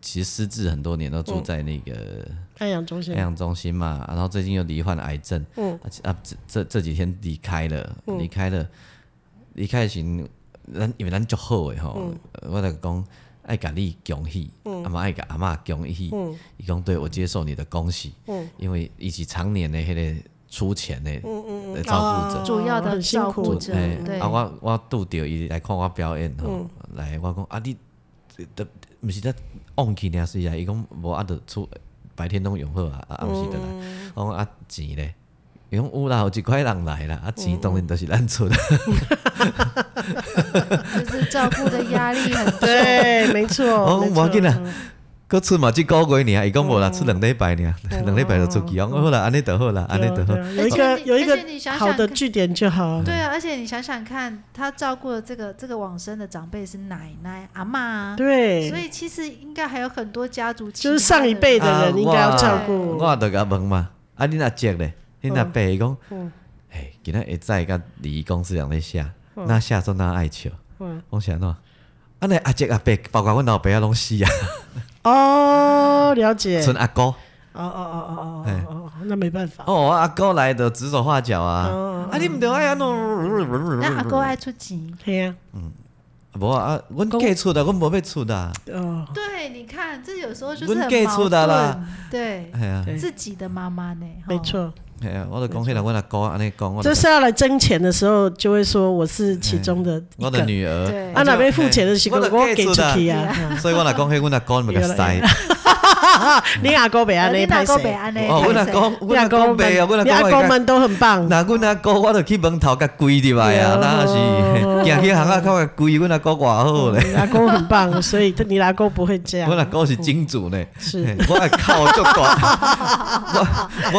S1: 其实失智很多年，都
S2: 嗯
S1: 住在那个
S2: 安养中心
S1: 安，养中心嘛，啊然后最近又罹患癌症，
S2: 嗯
S1: 啊啊这这这几天离开了，离开了，离开的时候，咱因为咱足好诶吼，呃我来讲爱甲你恭喜，阿妈爱甲阿嬷恭喜，伊讲对我接受你的恭喜，因为伊是常年的迄个出钱的的照顾者。
S3: 主要的
S2: 很辛
S3: 照
S2: 苦
S3: 顾者，
S1: 哎
S3: 对
S1: 啊，，我我拄着伊来看我表演吼，来我讲啊，你的毋是在旺去尔是啊，伊讲无啊，着出白天拢用好啊，啊暗时着来，我讲啊钱咧，伊讲有啦，有一块人来啦，啊钱当然着是咱出的，
S3: 就是照顾的压力 很重，
S2: 对，没
S1: 哦
S2: 错，没
S1: 没
S2: 错
S1: 要紧啦， 搁出嘛即个月尔，伊讲无啦，出两礼拜尔，两礼拜就出去，我讲好啦，安尼着好啦，安尼
S2: 对
S1: 着
S2: 啊
S1: 好
S2: 对，啊有一
S3: 而
S2: 个
S3: 且你
S2: 有一个
S3: 而且你想
S2: 好
S3: 想
S2: 的
S3: 看
S2: 据点就好啊，
S1: 嗯
S3: 对啊，而且你想想看，他照顾的这个这个往生的长辈是奶奶、阿嬷啊，所
S2: 对，
S3: 以其实应该还有很多家族，
S2: 就是上一辈的人应该要照顾，
S1: 啊我着甲问嘛，啊你若接咧，你若爸伊讲，
S2: 嗯
S1: 嘿，今仔会再甲李公司人咧写，那写做那爱笑。
S2: 嗯
S1: 我想喏，啊那阿叔阿伯，包括阮老爸啊拢死啊，
S2: 哦，了 解，
S1: 剩阿姑，
S2: 哦哦哦哦哦哦哦，那没办法，
S1: 哎哦阿姑来的指手
S2: 哦
S1: 哎画脚啊，啊你毋着爱安弄，
S2: 嗯
S3: 那阿公爱出钱，
S2: 对呀，
S1: 无啊，阮嫁出的，阮无要出的，啊
S2: 哦，
S3: 对，你看，这有时候就是
S1: 我们
S3: 很
S1: 嫁
S3: 矛
S1: 出
S3: 盾。
S1: 的啦
S3: 对，
S1: 哎呀，
S2: 对
S3: 自己的妈妈呢？哈
S2: 没。错，
S1: 哎呀，我就讲迄个，我阿姑安尼讲，我就哎
S2: 这是要来争钱的时候，就会说我是其中的一
S1: 我的
S2: 个。
S1: 女儿，
S3: 对
S2: 啊，，哪边付钱的时候，
S1: 我就
S2: 我给出
S1: 嫁出
S2: 去啊！
S1: 所以我若讲迄，阮阿公咪 个塞，
S2: 你阿公别安
S3: 呃你
S2: 尼
S3: 哪
S2: 拍
S3: 个北
S2: 谁？
S3: 安呢？
S1: 哦，阮阿公，阮阿公袂啊，阮阿
S2: 你阿
S1: 公
S2: 公
S1: 会甲。
S2: 们都很棒。
S1: 那阮阿姑，我著去门头甲跪入来啊，那是 行去巷仔口甲跪，阮阿姑偌好咧。
S2: 你阿公很棒， 所以你阿公不会这样
S1: 阮。阿姑是金主呢，
S2: 嗯是，
S1: 我会哭足 大，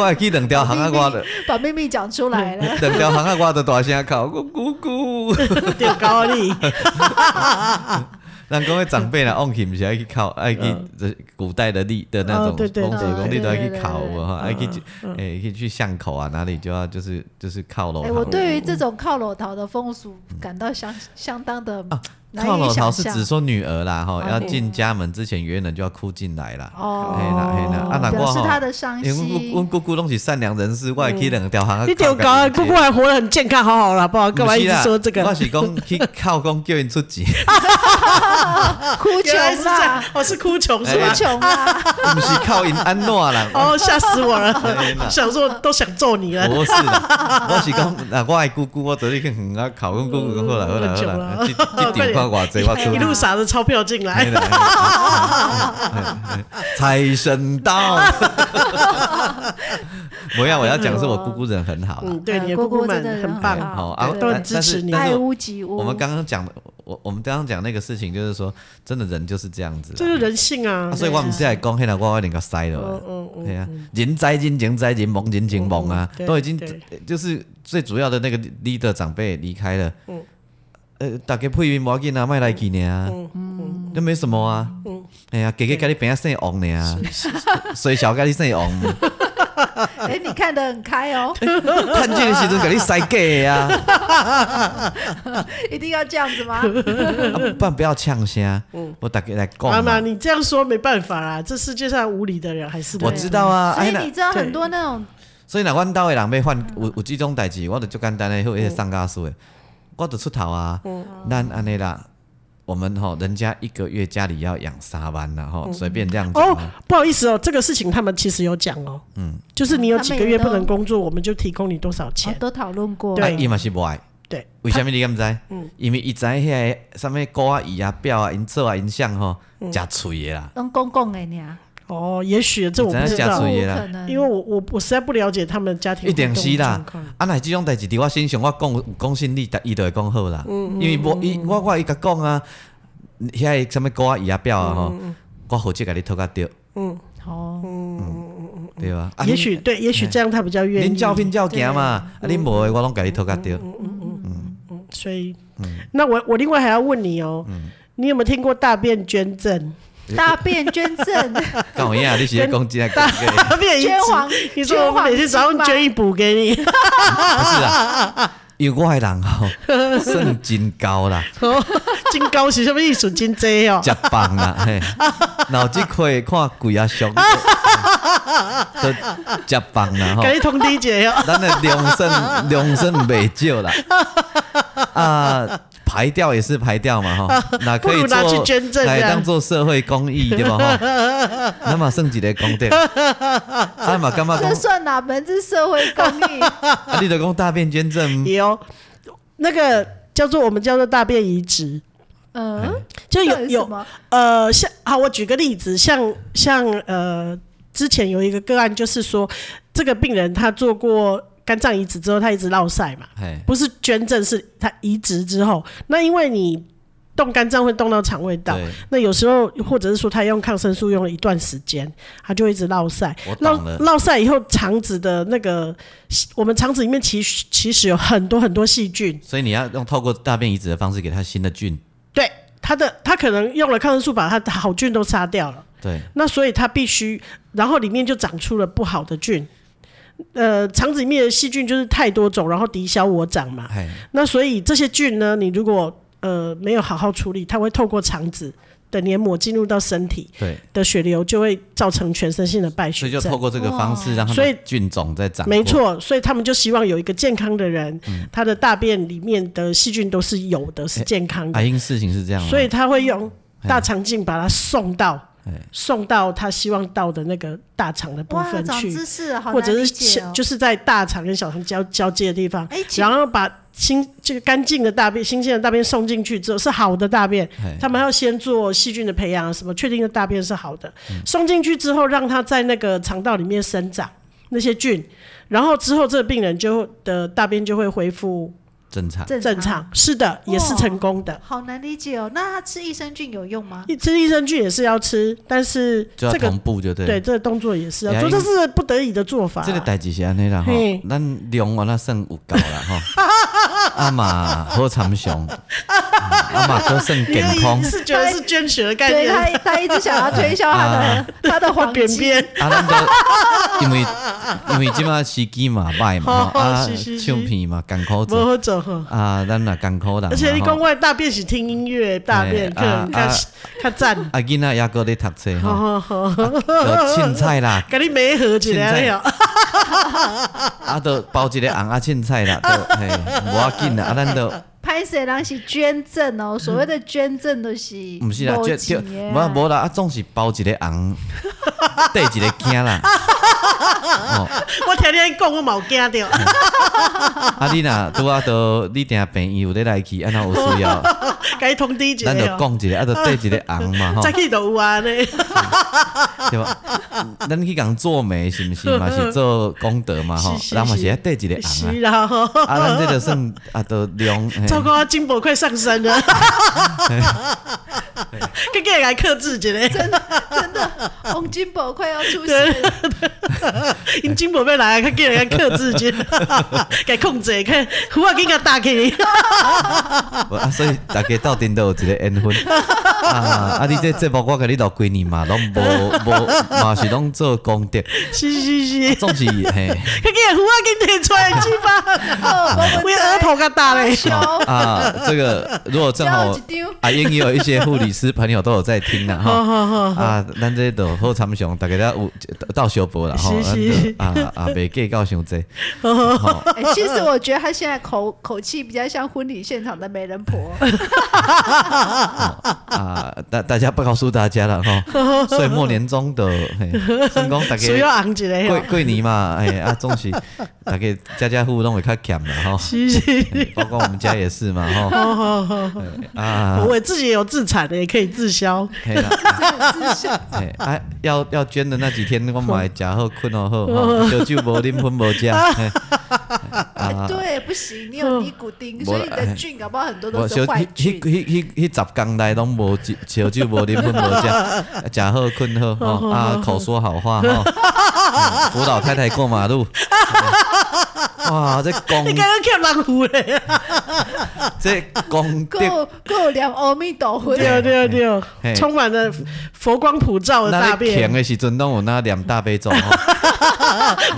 S1: 我我会去两条巷仔我就
S3: 把秘密讲出来了。
S1: 两条巷仔我就大声哭，我姑姑。
S2: 点高啊 丽，
S1: 人讲迄长辈啦，往去毋是爱去哭，爱去
S2: 嗯
S1: 这古代的历的那
S2: 哦
S1: 种
S2: 对对
S1: 风俗，
S2: 对
S1: 讲
S2: 对
S1: 你都要去
S3: 对
S1: 哭无哈，爱去
S2: 嗯
S1: 诶去去巷口啊哪里就要就是就是靠楼
S3: 哎，
S1: 头
S3: 我对于这种靠楼桃的风俗感到相相当的难
S1: 靠
S3: 以
S1: 楼头
S3: 想
S1: 是
S3: 象
S1: 指。说女儿啦哈，
S3: 哦
S1: 要进家门之前约人就要哭进来啦。
S3: 哦，
S1: 嘿啦嘿啦啊难哎怪
S3: 表示
S1: 吼
S3: 他的伤
S1: 因为阮姑阮
S3: 心。嗯
S1: 姑姑拢是善良人士，我会去两条巷
S2: 你点高丽，姑姑还活得很健康，好好了，不啊好？干嘛一直说这个？
S1: 啊我是讲去靠讲叫因出钱，
S3: 哭
S2: 原来
S3: 穷
S2: 是这样
S3: 啦，，
S2: 我是哭穷是
S3: 哭
S1: 哎
S2: 吧？
S3: 穷啊啦，
S1: 毋是靠因安怎啦？
S2: 哦，吓死我
S1: 哎
S2: 了！
S1: 呀
S2: 想说都想揍你了。
S1: 不是啦，我是讲，啊，我的姑姑，我昨日去远啊考阮姑姑讲好啦好啦好 啦，这这点看偌济我出哎
S2: 一路撒着钞票进来，
S1: 来。财神到，不要，我要讲是我姑姑人很好啦
S2: 嗯，，对，
S3: 呃
S2: 你的
S3: 姑
S2: 姑
S3: 姑
S2: 们
S3: 真的
S2: 很
S3: 很
S2: 棒，
S3: 好
S1: 好啊
S3: 对，
S2: 都
S1: 但
S2: 很支持你
S1: 但
S3: 爱
S1: 是
S3: 屋及乌。
S1: 我们刚刚讲的，我我们刚刚讲那个事情，就是说，真的人就是这样子啦，
S2: 这是人性啊
S1: 啊。所以我毋是来讲，迄个我有点个塞了
S2: 嗯。嗯嗯，
S1: 对啊，人灾人情灾人亡人情亡啊
S2: 嗯嗯，对
S1: 都已经
S2: 对
S1: 就是最主要的那个 leader 长辈离开了，
S2: 嗯
S1: 呃，大家配音无要紧啊，卖来去呢啊，
S2: 嗯
S1: 那没什么啊，哎呀，给给给你变姓王呢啊，水小给你姓王，
S3: 哎，你看得很开 哦，
S1: 探亲的时阵给你塞给啊，
S3: 一定要这样子吗？
S1: 啊不然不要呛声，
S2: 嗯
S1: 我大家来
S2: 妈
S1: 讲
S2: 妈，
S1: 嘛，
S2: 你这样说没办法啦，这世界上无理的人还是
S1: 我
S2: 多
S1: 知道 啊，
S3: 所
S1: 哎
S3: 以
S1: 那
S3: 你知道很多那种
S1: 所以若阮兜的人要犯有有即种代志，我就最简单诶，迄个送家属的，我就出头啊。咱安尼啦，我们吼人家一个月家里要养三万啦吼，随便这样子。
S2: 哦，不好意思哦，这个事情他们其实有讲哦，嗯，就是你有几个月不能工作，我们就提供你多少
S3: 哦
S2: 钱，
S3: 都讨论过，
S2: 对
S1: 啊，伊嘛是无爱。
S2: 对，
S1: 为什么你敢知？因为伊知迄个啥物锅啊、鱼啊、表啊、因做啊、因相吼，诚脆的啦，
S3: 用公共的呀，
S2: 哦，也许这我不
S1: 你
S2: 知
S1: 真的假
S2: 道
S1: 注，意
S3: 不
S1: 啦
S3: 可能，
S2: 因为我我我实在不了解他们家庭
S1: 一定是
S2: 活
S1: 啦
S2: 动状况。
S1: 啊，若即种代志伫我身上，我讲有讲信你，伊就会讲好啦。因为无伊，我我伊甲讲啊，遐个啥物锅啊、鱼啊、表啊吼，我好即甲你讨甲着，
S3: 哦，
S1: 对吧？啊
S2: 也许对，也许这样他比较愿意。嗯
S1: 恁照片照行嘛，啊恁无的我拢甲你讨甲着。
S2: 所以，
S1: 嗯
S2: 那我我另外还要问你哦，你有没有听过大便捐 赠？
S1: 嗯
S3: 大便捐赠，
S2: 嗯
S1: 敢有影？你是咧讲真 诶讲假的？
S2: 大便移植
S3: 捐黄
S2: 你说我们每天早上捐一补给 你，
S1: 不是啦，因为我诶 人吼，算真高啦，
S3: 哦
S2: 金高是什么艺术金 J 哦？
S1: 食 棒啦，嘿，脑即块看贵啊俗，都食棒啦吼
S2: 给。你通低姐哦，
S1: 咱的量 身量身袂少啦，啊，排掉也是排掉 嘛吼，那可以
S2: 不如拿
S1: 做
S2: 去捐赠
S1: 来
S2: 这样
S1: 当做社会公 益对吧吼？那么剩几个功德，啊嘛干嘛讲
S3: 这？算哪门子社会公 益？
S1: 啊，你就讲大便捐 赠，
S2: 也哦，那个叫做我们叫做大便移植，
S1: 哎
S3: 嗯，
S2: 就有
S3: 到底是什
S2: 有
S3: 么
S2: 呃，像好，我举个例子，像像呃，之前有一个个案，就是说这个病人他做过肝脏移植之后，他一直落晒嘛，
S1: 哎，
S2: 不是捐赠，是他移植之后，那因为你动肝脏会动到肠胃道。
S1: 对，
S2: 那有时候，或者是说他用抗生素用了一段时间，他就一直落晒，
S1: 我懂
S2: 落
S1: 了，
S2: 落晒以后，肠子的那个，我们肠子里面其实其实有很多很多细菌，
S1: 所以你要用透过大便移植的方式给他新的菌，
S2: 对他的他可能用了抗生素把他的好菌都杀掉了，
S1: 对，
S2: 那所以他必须，然后里面就长出了不好的菌，呃，肠子里面的细菌就是太多种，然后敌消我长嘛，
S1: 哎，
S2: 那所以这些菌呢，你如果呃没有好好处理，它会透过肠子的黏膜进入到身体
S1: 对，
S2: 的血流，就会造成全身性的败
S1: 所
S2: 血
S1: 以就
S2: 症
S1: 透。过这个方式让他
S2: 啊所以
S1: 们菌种在长。嗯
S2: 没，错，所以他们就希望有一个健康的人，他的大便里面的细菌都是有的，是健康的，
S1: 啊，因事情是这样吗，
S2: 所以他会用
S1: 哎
S2: 大肠镜把它送到
S1: 哎
S2: 送到他希望到的那个大肠的部
S3: 哇，
S2: 分
S3: 长
S2: 去，
S3: 知识了好
S2: 或
S3: 难
S2: 者
S3: 理
S2: 是
S3: 解
S2: 切
S3: 哦。
S2: 就是在大肠跟小肠交交界的地方，
S3: 哎，请
S2: 然后把新这个干净的大便、新鲜的大便送进去之后是好的大便，
S1: 哎
S2: 他们要先做细菌的培养，什么确定的大便是好的，
S1: 嗯
S2: 送进去之后让它在那个肠道里面生长那些菌，然后之后这个病人就的大便就会恢复
S1: 正常。
S2: 正常，是的，也是成功的。
S3: 好难理解哦。那他吃益生菌有用吗？
S2: 一吃益生菌也是要吃，但是
S1: 就要
S2: 这个
S1: 同步就对了。
S2: 对，这个动作也是要
S1: 哎
S2: 做，
S1: 因
S2: 这
S1: 为
S2: 是不得已的做法。啊
S1: 这个代志是安尼啦吼
S2: 嘿，
S1: 咱量完那算有够啦 吼，阿嘛好参详，嗯阿嘛都算
S2: 因
S1: 健康
S2: 为，是觉得是捐血的概
S3: 对
S2: 念，
S3: 他，他一直想要推销 他的他的
S2: 画
S3: 黄
S2: 扁
S3: 金。
S2: 扁，
S1: 啊，咱都因为因为即马时机嘛歹
S2: 好
S1: 嘛，
S2: 好
S1: 啊
S2: 哦是是，是
S1: 唱片嘛艰苦
S2: 不
S1: 做，
S2: 好走哈。
S1: 啊，咱也艰苦人嘛
S2: 而且你讲
S1: 吼，
S2: 我的大便是听音乐，大便可能较
S1: 啊
S2: 较 赞，
S1: 啊囡仔抑搁咧读册
S2: 好
S1: 吼，
S2: 好好，
S1: 就凊彩啦，
S2: 跟你没合起来了。
S1: 啊，都包一个红啊凊彩啦， 都嘿，无要紧啦，啊，咱都
S3: 拍谁人是捐赠哦，所谓的捐赠都是
S1: 毋是啦，
S3: 没
S1: 就
S3: 钱
S1: 就
S3: 的
S1: 无无啦，啊，总是包一个 红，缀一个囝啦。
S2: 我天天讲我冇惊掉，
S1: 啊，你若拄啊都你定病伊有咧来去，安啊那 有需要，
S2: 跟你通知一下
S1: 咱就
S2: 哦。
S1: 讲一个，啊，就缀一个红 嘛吼
S2: 再，去都有啊呢，
S1: 对吧？咱去共做媒是毋是嘛？是做功德嘛 吼
S2: 是，是
S1: 咱嘛是
S2: 是
S1: 要缀一个
S2: 是
S1: 红
S2: 啦 吼，
S1: 啊。啊，咱这就算啊，都量 嘿
S2: 糟糕，金箔快上身了，跟个来克制一下，
S3: 洪金宝快要出事了，
S2: 因金箔要来，较叫人家克制一下，给控制，看，胡我给他打起。
S1: 无啊，所以大家斗阵都有一个缘分。啊，啊，你这节目我甲你录几年嘛，拢无 无嘛是拢做功德，
S2: 是是是，
S1: 总是嘿。
S2: 快给胡我给摕出来去吧，
S3: 哦，我
S2: 我
S3: 们
S2: 额头较大嘞。
S3: 球
S1: 啊，这个如果正好
S3: 交一张
S1: 啊，因也有一些护理师朋友都有在听啦哈。啊，咱这都好参详，大家都有到小博啦吼
S2: 是，是是
S1: 咱就啊啊，别计较 伤济。
S3: 哎、其实我觉得他现在口口气比较像婚礼现场的媒人婆，
S1: 啊，大大家不告诉大家 了哈，所以末年中的成功，大
S2: 需要
S1: 家
S2: 昂一个
S1: 过
S2: 哦，
S1: 过年嘛，哎啊，总是大家家家户户拢会较俭啦哈，
S2: 是是，
S1: 嘿包括我们家也是嘛哈
S2: 好好好，
S1: 啊，
S2: 我自己也有自产的，也可以自销。
S1: 嘿啦。哎、啊，要要捐的那几天，我买食好困好好，吼烧酒无啉，薰无食，嘿
S3: 哎对，不行，你有尼古丁，所以你的菌搞不好很多都
S1: 无
S3: 是
S1: 烧
S3: 坏
S1: 迄迄
S3: 菌。
S1: 迄迄迄十工内拢无酒烧酒无啉，薰无食，食好困好，吼啊，口说好话吼，嗯辅导太太过马路。哇，这
S2: 你
S1: 功
S2: 刚刚看狼虎嘞，
S1: 这功德，
S3: 够够两阿弥陀佛，
S2: 对对对，
S1: 嘿
S2: 充满了佛光普照的哦大
S1: 那咧
S2: 便
S1: 停，的时阵拢有那念大悲咒吼。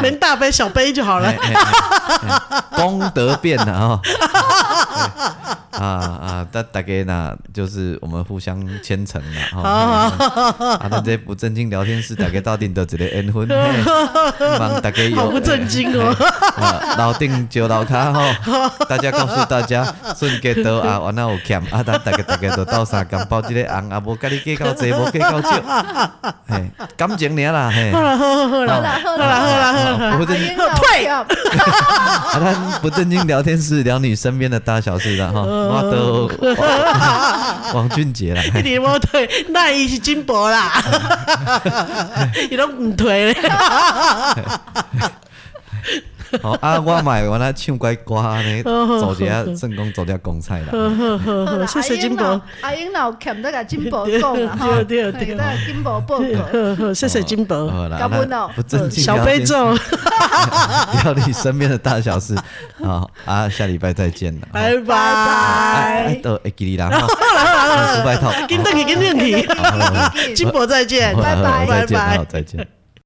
S2: 能大杯小杯 就好了
S1: 哎。哎哎哎功德变了 啊、哦！啊啊，大大概呢，就是我们互相虔诚了哈。啊，咱这不正经聊天室，大概到顶都 一个缘分，嘿望大家有
S2: 好不正经哦！
S1: 哎啊楼顶就楼卡吼，大家告诉大家，顺给到 啊，我那有欠啊，咱大家大家都斗相共包这个红啊，无甲你计较济，无计较少，嘿，感情尔啦，嘿，
S2: 好了好了好
S3: 好
S2: 了，
S3: 啦好
S1: 啊
S3: 啦，
S1: 啊啊不
S3: 阿
S1: 正
S2: 哎
S1: 经
S3: 英老
S2: 退
S3: 票
S1: 啊，咱不正经聊天室聊你身边的大小 事的哈，我都王王俊杰 啦，
S2: 一点我腿，那伊是金箔啦，伊都唔退嘞。
S1: 好啊，我买完了唱乖歌呢，做一下正宫做一下公菜 啦，
S3: 好啦
S2: 谢谢金
S3: 阿英
S2: 箔
S3: 老，阿英老欠得个金箔讲啦，哈，
S2: 对对对
S3: 给那个金箔报 告。
S2: 呵呵，谢谢金箔，
S1: 哦好啦，
S3: 搞不
S1: 那
S3: 懂
S1: 不正经
S2: 小
S1: 聊
S2: 悲
S1: 天室
S2: 咒，
S1: 聊你身边的大小事，好啊，下礼拜再见了，好
S2: 拜
S1: 哎
S2: 拜
S1: 哎。都会记你啦， 哈好，出外套，
S2: 跟邓你跟邓你，
S1: 好好好好
S2: 金箔再见，
S1: 好好
S3: 拜
S1: 再见，
S2: 拜
S1: 好再见。